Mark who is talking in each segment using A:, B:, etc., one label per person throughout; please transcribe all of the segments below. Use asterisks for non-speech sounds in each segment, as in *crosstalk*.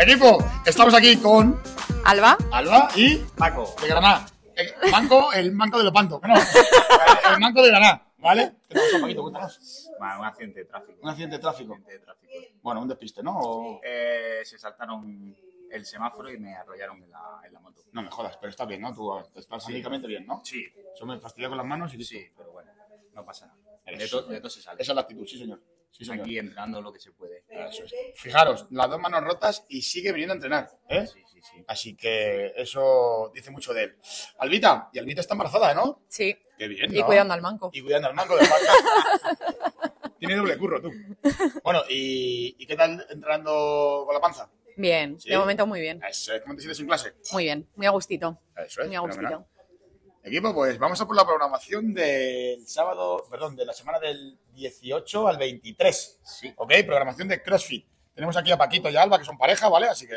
A: Equipo, estamos aquí con
B: Alba.
A: Alba y
C: Paco.
A: de Granada. El banco, el banco de los bancos. Bueno, el banco de Granada, ¿vale? ¿Qué te pasó, Paquito? Cuéntanos.
C: Bueno, un accidente de tráfico.
A: Un accidente de tráfico.
C: Un accidente de tráfico.
A: Bueno, un despiste, ¿no? O-
C: Eh, se saltaron el semáforo y me arrollaron en la, en la moto.
A: No me jodas, pero está bien, ¿no? Tú a ver, estás físicamente bien, ¿no?
C: Sí,
A: Yo me fastidio con las manos y
C: sí, pero bueno, no pasa nada.
A: Eres-
C: De, to- de todo se sale.
A: Esa es la actitud, sí, señor. Sí, señor.
C: Aquí entrando lo que se puede.
A: Eso es. Fijaros, las dos manos rotas y sigue viniendo a entrenar, ¿eh?
C: Sí, sí, sí.
A: Así que eso dice mucho de él. Albita, y Albita está embarazada, ¿no?
B: Sí.
A: Qué bien,
B: Y
A: ¿no?
B: cuidando al manco.
A: Y cuidando al manco de panza. *laughs* Tiene doble curro, tú. Bueno, ¿y, y qué tal entrando con la panza?
B: Bien.
A: Sí.
B: De momento muy bien.
A: Eso es, ¿cómo te sientes en clase?
B: Muy bien. Muy a gustito.
A: Eso es,
B: Muy a
A: Pues, fenomenal.
B: gustito.
A: Equipo, pues vamos a por la programación del sábado, perdón, de la semana del 18 al 23.
C: Sí.
A: Ok, programación de CrossFit. Tenemos aquí a Paquito y a Alba, que son pareja, ¿vale? Así que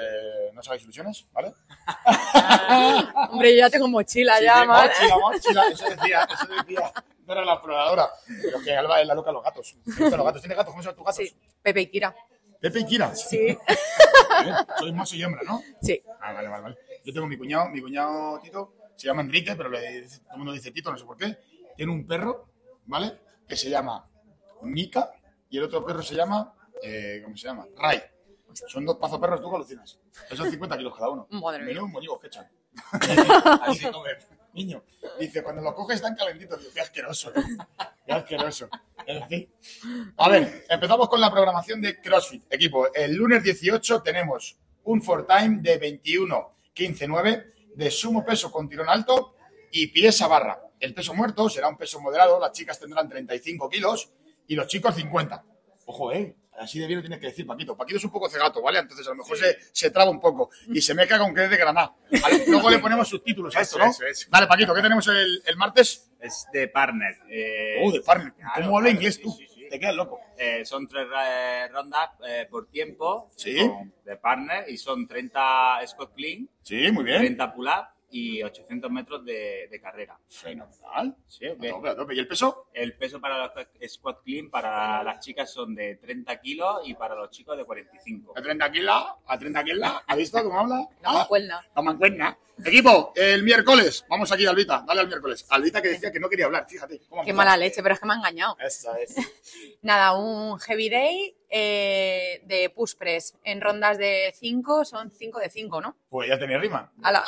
A: no os hagáis ilusiones, ¿vale?
B: Hombre, yo ya tengo mochila
A: Sí, oh,
B: ya,
A: sí,
B: man.
A: mochila, mochila, eso decía, eso decía. No era la exploradora. Pero que Alba es la loca de los gatos. Le gustan los gatos. ¿Tienes gatos? ¿Cómo son tus gatos?
B: Sí. Pepe y Kira.
A: Pepe y Kira.
B: Sí.
A: Bien, Sois macho y hembra, ¿no?
B: *laughs* Sí.
A: Ah, vale, vale, vale. Yo tengo mi cuñado, mi cuñado Tito, se llama Enrique, pero le, dice- todo el mundo dice Tito, no sé por qué. Tiene un perro, ¿vale? Que se llama Mika y el otro perro se llama, eh, ¿cómo se llama? Ray. Son dos pazaperros, tú que alucinas. Pesan 50 kilos cada uno.
B: Madre mía.
A: Menudo moñigos que echan. *laughs* Así como el niño. Dice, cuando los coges están calentitos. Digo, qué asqueroso. Qué asqueroso. En fin. A ver, empezamos con la programación de CrossFit. Equipo, el lunes 18 tenemos un for time de 21, 15, 9 de sumo peso con tirón alto y pies a barra. El peso muerto será un peso moderado, las chicas tendrán 35 kilos y los chicos 50. Ojo, eh. Así de bien lo tienes que decir, Paquito. Paquito es un poco cegato, ¿vale? Entonces a lo mejor se, se traba un poco y se mezcla con que es de Granada. Vale, Luego le ponemos subtítulos a esto, ¿no?
C: Eso, eso, eso.
A: Vale, Paquito, ¿qué tenemos el, el martes?
C: Es de partner. eh,
A: Oh, de partner.
C: claro,
A: ¿Cómo habla
C: claro,
A: inglés
C: sí,
A: tú?
C: sí, sí.
A: Te quedas loco.
C: Eh, son tres ra- eh, rondas eh, por tiempo
A: Sí.
C: con- de partner y son 30 Scott Clean,
A: Sí, muy bien.
C: 30 pull-up y 800 metros de, de carrera.
A: Fenomenal.
C: Sí, ok.
A: A tope, a tope. ¿Y el peso?
C: El peso para los squat clean para las chicas son de 30 kilos y para los chicos de 45.
A: A 30 kilos, a 30 kilos. ¿Has visto cómo habla? Ah,
B: No me cuelna.
A: La mancuerna. Equipo, el miércoles. Vamos aquí, Albita. Dale al miércoles. Albita que decía que no quería hablar, fíjate. cómo
B: Qué
A: empezó.
B: mala leche, pero es que me ha engañado.
A: Esa es.
B: Nada, un heavy day eh, de push press. En rondas de 5, son 5 de 5, ¿no?
A: Pues ya tenía rima. *laughs*
B: Ala.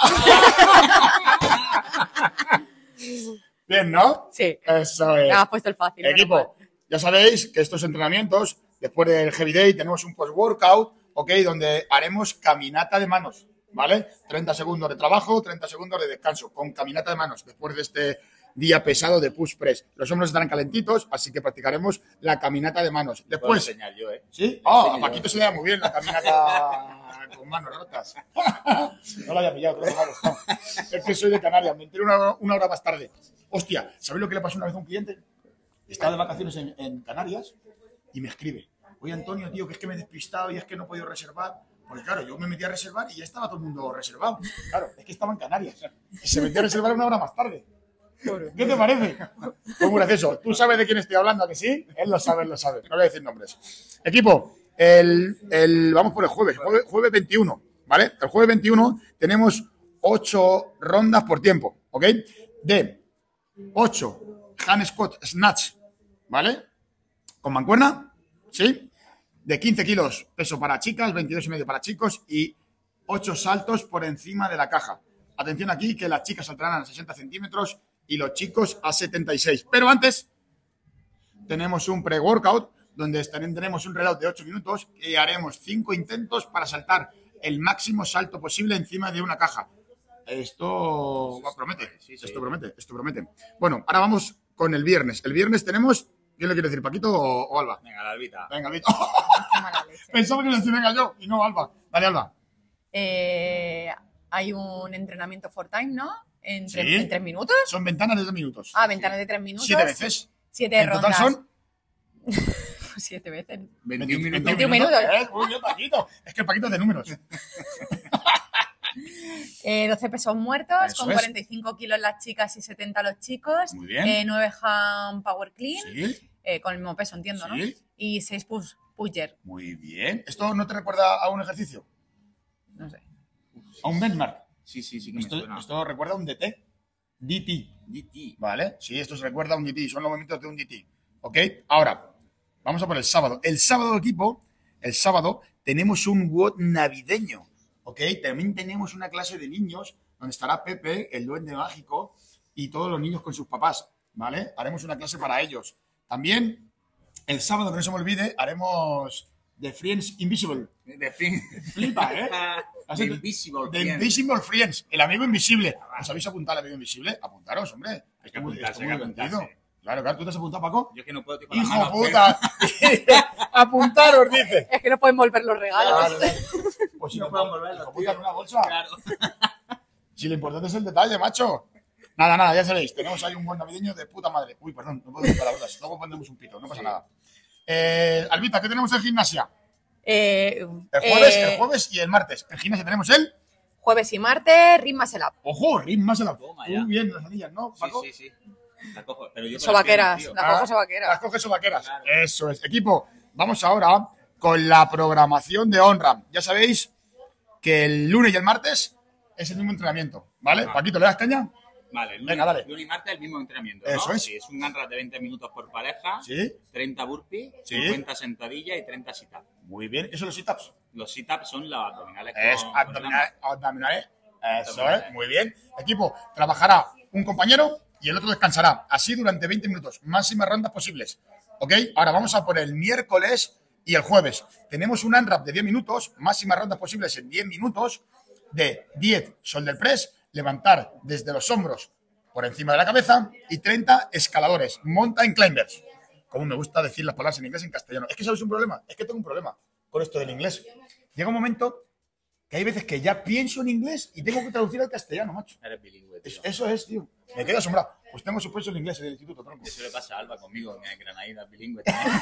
A: Bien, ¿no?
B: Sí.
A: Eso es.
B: Me has puesto el fácil. menos mal.
A: Eh, Equipo, ya sabéis que estos entrenamientos, después del Heavy Day, tenemos un post-workout, ¿ok? Donde haremos caminata de manos, ¿vale? 30 segundos de trabajo, 30 segundos de descanso, con caminata de manos, después de este día pesado de push press. Los hombros estarán calentitos, así que practicaremos la caminata de manos.
C: Puedo
A: Después,
C: enseñar yo, ¿eh?
A: ¿Sí? Ah, a Paquito se le da muy bien la caminata *laughs* con manos rotas. No la había pillado, creo, claro. no. Es que soy de Canarias, me enteré una, hora- una hora más tarde. Hostia, ¿sabéis lo que le pasó una vez a un cliente? Estaba de vacaciones en, en Canarias y me escribe. Oye, Antonio, tío, que es que me he despistado y es que no he podido reservar. Porque claro, yo me metí a reservar y ya estaba todo el mundo reservado. Claro, es que estaba en Canarias. Y se metió a reservar una hora más tarde. ¿Qué te parece? Fue muy gracioso. Tú sabes de quién estoy hablando, ¿a que sí? Él lo sabe, él lo sabe. No voy a decir nombres. Equipo, el, el- vamos por el jueves, jueves, jueves 21, ¿vale? El jueves 21 tenemos 8 rondas por tiempo, ¿ok? De 8 hand squat snatch, ¿vale? Con mancuerna, ¿sí? De 15 kilos peso para chicas, 22 y medio para chicos y 8 saltos por encima de la caja. Atención aquí que las chicas saltarán a 60 centímetros y los chicos a 76. Pero antes tenemos un pre-workout donde estaremos- tenemos un reloj de 8 minutos y haremos 5 intentos para saltar el máximo salto posible encima de una caja. Esto va, promete,
C: Sí, sí.
A: esto promete, esto promete. Bueno, ahora vamos con el viernes. El viernes tenemos, ¿quién le quiere decir, Paquito o, o Alba?
C: Venga, la albita.
A: Venga, Vito. *laughs*
B: Qué mala leche.
A: Pensaba que le decía venga yo y no Alba. Dale, Alba.
B: Eh, hay un entrenamiento for time, ¿no? En tres,
A: Sí.
B: en tres minutos.
A: Son ventanas de 2 minutos.
B: Ah, ventanas de tres minutos.
A: Siete veces.
B: Siete
A: En total
B: rondas.
A: son
B: pues, Siete veces.
C: 21
B: minutos.
A: ¿eh? Muy bien, Paquito. Es que Paquito es de números.
B: Eh, 12 pesos muertos,
A: Eso
B: con
A: es.
B: 45 kilos las chicas y 70 los chicos.
A: Muy bien.
B: 9 ham power clean,
A: Sí,
B: eh, con el mismo peso, entiendo, ¿no?
A: sí.
B: Y 6 push, pusher,
A: Muy bien. ¿Esto no te recuerda a un ejercicio?
B: no sé.
A: A un benchmark.
C: Sí, sí, sí que me
A: Esto,
C: suena.
A: esto recuerda a un DT. DT.
C: DT.
A: ¿Vale? Sí, esto se recuerda a un DT, son los movimientos de un DT. ¿Ok? Ahora, vamos a por el sábado. El sábado, equipo, el sábado tenemos un WOD navideño. ¿Ok? También tenemos una clase de niños donde estará Pepe, el duende mágico, y todos los niños con sus papás. ¿Vale? Haremos una clase para ellos. También, el sábado, que no se me olvide, haremos The Friends Invisible.
C: De fin.
A: Flipa,
C: *laughs*
A: ¿eh?
C: Ah, De Invisible.
A: The
C: Friend.
A: Invisible Friends, el amigo invisible. ¿Os habéis apuntado al amigo invisible? Apuntaros, hombre.
C: Hay que apuntarse, hay que
A: divertido.
C: apuntarse.
A: Claro, claro, tú te has apuntado, Paco.
C: Yo es que no puedo que con las
A: Hijo
C: manos,
A: puta.
B: *laughs*
A: Apuntaros, dice.
B: Es que no pueden volver los regalos.
A: Claro, claro. Pues si
C: No
A: lo
C: pueden volver,
A: hijo
C: los
A: puta, en
C: tíos.
A: una bolsa.
C: Claro.
A: Si lo importante es el detalle, macho. Nada, nada, ya sabéis. Tenemos ahí un buen navideño de puta madre. Uy, perdón, no puedo decir palabras. Luego pondremos un pito, no pasa nada. Eh, Albita, ¿qué tenemos en gimnasia?
B: Eh,
A: El jueves,
B: eh,
A: el jueves y el martes. En gimnasia tenemos el.
B: jueves y martes, rimas el up.
A: Ojo, ritmo más el
C: Toma ya.
A: Muy bien, las anillas, ¿no?
C: Sí,
A: Paco?
C: sí, sí. La cojo. Pero yo con
B: Sobaqueras,
C: las piernas, tío.
B: las cojo sobaqueras.
A: Ah, Las coges o vaqueras.
C: Claro.
A: Eso es. Equipo, vamos ahora con la programación de OnRAM. Ya sabéis que el lunes y el martes es el mismo entrenamiento, ¿vale?
C: Ajá.
A: Paquito, ¿le das caña?
C: Vale, lunes,
A: Venga, dale.
C: lunes y martes el mismo entrenamiento. ¿no?
A: Eso es.
C: Sí, es un run de 20 minutos por pareja,
A: Sí.
C: 30 burpees,
A: Sí.
C: 50 sentadillas y 30 sit-ups.
A: Muy bien. ¿Eso los sit-ups?
C: Los sit-ups son los abdominales. con-
A: Es
C: con la
A: abdominales. abdominales. Eso
C: Abdominales.
A: es. Muy bien. Equipo, trabajará un compañero y el otro descansará. Así durante 20 minutos. Máximas rondas posibles. ¿Ok? Ahora vamos a por el miércoles y el jueves. Tenemos un unwrap de 10 minutos. Máximas rondas posibles en 10 minutos. de 10 shoulder press, levantar desde los hombros por encima de la cabeza y 30 escaladores, mountain climbers. Como me gusta decir las palabras en inglés y en castellano. Es que sabes un problema, es que tengo un problema con esto del inglés. Llega un momento que hay veces que ya pienso en inglés y tengo que traducir al castellano, macho.
C: Eres bilingüe, tío.
A: Es- eso es, tío. Me quedo asombrado. Pues tengo suspenso en inglés en el instituto, tronco.
C: Eso le pasa a Alba conmigo, que es granadina
A: *laughs*
C: bilingüe también.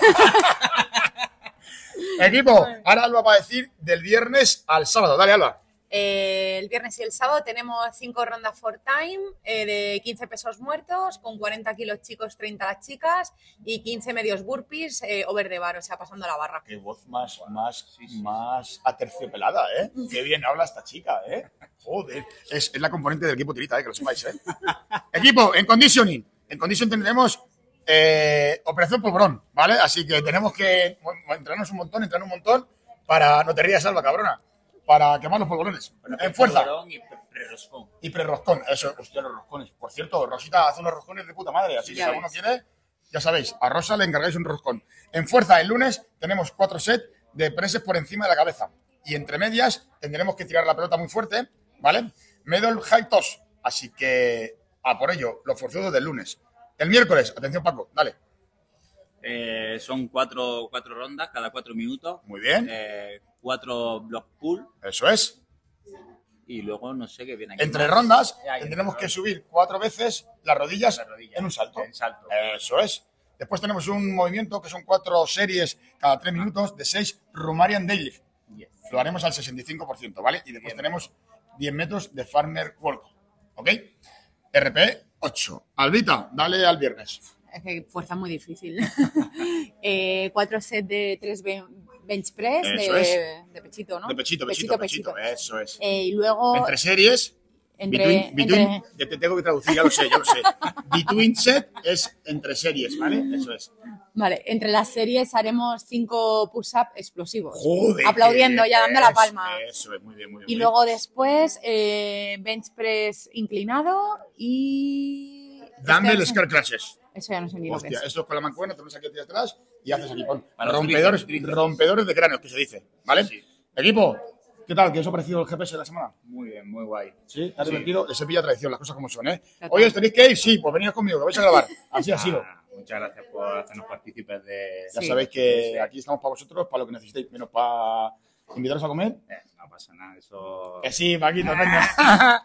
A: Equipo, ahora Alba va a decir del viernes al sábado. Dale, Alba.
B: Eh, el viernes y el sábado tenemos cinco rondas for time eh, de 15 pesos muertos, con 40 kilos chicos, 30 las chicas y 15 medios burpees eh, over the bar, o sea, pasando la barra.
A: Qué voz más, más, más aterciopelada, ¿eh? Qué bien habla esta chica, ¿eh? Joder. Es, es la componente del equipo tirita, ¿eh? Que lo sepáis, *laughs* ¿eh? equipo, en conditioning. En condition tendremos eh, Operación Polvorón, ¿vale? Así que tenemos que bueno, entrenarnos un montón, entrenar un montón para... No te rías, Alba, cabrona. Para quemar los polvorones. En fuerza.
C: Polvorón Y pre- prerroscón.
A: Y prerroscón. Eso, hostia, los roscones. Por cierto, Rosita hace unos roscones de puta madre. Así que
B: Ya
A: si alguno
B: ves.
A: quiere, ya sabéis, a Rosa le encargáis un roscón. En fuerza, el lunes tenemos cuatro sets de preses por encima de la cabeza. Y entre medias tendremos que tirar la pelota muy fuerte, ¿vale? Medal high toss. Así que a por ello, los forzudos del lunes. El miércoles, atención Paco, dale.
C: Eh, son cuatro, cuatro rondas cada cuatro minutos.
A: Muy bien,
C: Eh, cuatro block pull
A: eso es.
C: y luego no sé qué viene aquí.
A: Entre
C: más.
A: rondas
C: Ya, y
A: tendremos
C: entre
A: que subir cuatro veces las rodillas,
C: Las rodillas.
A: en un salto.
C: En salto.
A: Eso es. Después tenemos un movimiento que son cuatro series cada tres minutos de seis Rumarian Deadlift.
C: Yes.
A: Lo haremos al 65%, ¿vale? Y después
C: Bien.
A: tenemos 10 metros de Farmer Walk. ¿Ok? RP 8. Albita, dale al viernes.
B: Es que fuerza muy difícil. *laughs* Eh, cuatro sets de tres ben- bench press
A: Eso
B: de, de pechito, ¿no?
A: De pechito, pechito, pechito, Eso es.
B: Eh, y luego
A: Entre series.
B: entre-
A: between, between-
B: entre-
A: ya te tengo que traducir, ya lo sé, ya lo sé. between set es entre series, ¿vale? Eso es.
B: Vale, entre las series haremos cinco push-up explosivos.
A: Joder. eh.
B: Aplaudiendo ya, dando la
A: Eso,
B: palma.
A: Eso es, muy bien, muy bien.
B: Y
A: muy
B: luego después eh, bench press inclinado y...
A: bien. Dumbbell
B: Este-
A: Scar Crashes.
B: Eso ya no sé ni lo que
A: Hostia,
B: es.
A: esto es con la mancuerna, te pones aquí hacia atrás y haces aquí con
C: Para los
A: rompedores,
C: tríceps, tríceps.
A: rompedores de cráneos, que se dice. ¿Vale?
C: Sí.
A: Equipo, ¿qué tal? ¿Qué os ha parecido el GPS de la semana?
C: Muy bien, muy guay.
A: Sí, ¿Te has
C: Sí.
A: divertido? De Sevilla traición, las cosas como son, ¿eh?
B: Total.
A: Oye, ¿os tenéis que ir? Sí, pues venid conmigo, que vais a grabar. Así ha
B: *laughs*
A: sido.
C: Ah, muchas gracias por hacernos partícipes de.
A: Ya
B: Sí.
A: sabéis que
C: Sí.
A: aquí estamos para vosotros, para lo que necesitéis, menos para invitaros a comer.
C: Eh, no pasa nada, eso.
A: Que sí, Paquito, coño.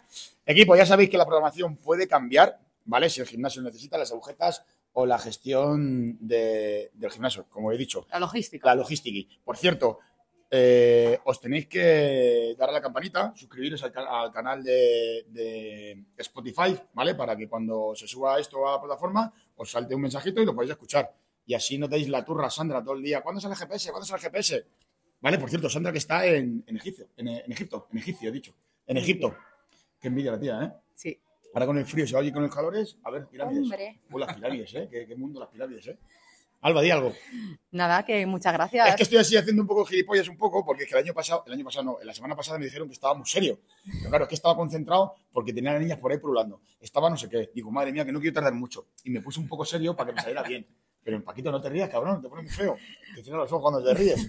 A: Equipo, ya sabéis que la programación puede cambiar, ¿vale? Si el gimnasio necesita las agujetas o la gestión de- del gimnasio, como he dicho,
B: La logística.
A: la logística. Por cierto, eh, os tenéis que dar a la campanita, suscribiros al, ca- al canal de, de Spotify, ¿vale? Para que cuando se suba esto a la plataforma os salte un mensajito y lo podáis escuchar. Y así no tenéis la turra, Sandra, todo el día. ¿Cuándo sale el GPS? ¿Cuándo sale el GPS? Vale, por cierto, Sandra que está en, en Egipcio, en, en Egipto, en Egipcio, he dicho. En Egipto. Qué envidia la tía, ¿eh?
B: Sí.
A: Ahora con el frío se va allí con los calores. A ver, pirámides.
D: Hombre.
A: Uy, las pirámides, ¿eh? Qué, qué mundo las pirámides, ¿eh? Alba, di algo.
D: Nada, que muchas gracias.
A: Es que estoy así haciendo un poco gilipollas, un poco, porque es que el año pasado, el año pasado no, la semana pasada me dijeron que estaba muy serio. Pero claro, es que estaba concentrado porque tenía a las niñas por ahí pululando. Estaba no sé qué. Digo, madre mía, que no quiero tardar mucho. Y me puse un poco serio para que me saliera bien. Pero en Paquito no te rías, cabrón, te pone muy feo. Te cierras los ojos cuando te ríes.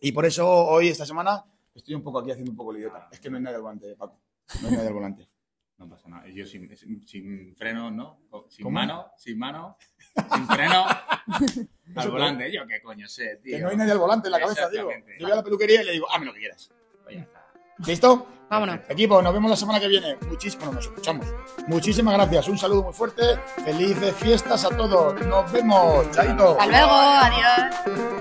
A: Y por eso hoy, esta semana, estoy un poco aquí haciendo un poco el idiota. Es que no hay nadie al volante, eh, Paco. No hay nadie al volante.
C: No pasa nada. Yo sin, sin, sin freno, ¿no? O- Sin
A: ¿Cómo?
C: mano, sin mano,
A: *laughs*
C: sin freno.
A: se
C: al
A: puede.
C: volante, yo qué coño sé, tío.
A: Que no hay nadie al volante en la cabeza, digo.
C: Exactamente.
A: Yo voy a la peluquería y le digo, hazme lo que quieras.
C: Pues ya está.
A: ¿Listo?
D: Vámonos.
A: Equipo, nos vemos la semana que viene. Muchísimo, nos escuchamos. Muchísimas gracias. Un saludo muy fuerte. Felices fiestas a todos. Nos vemos. Chaito.
D: Hasta luego, adiós.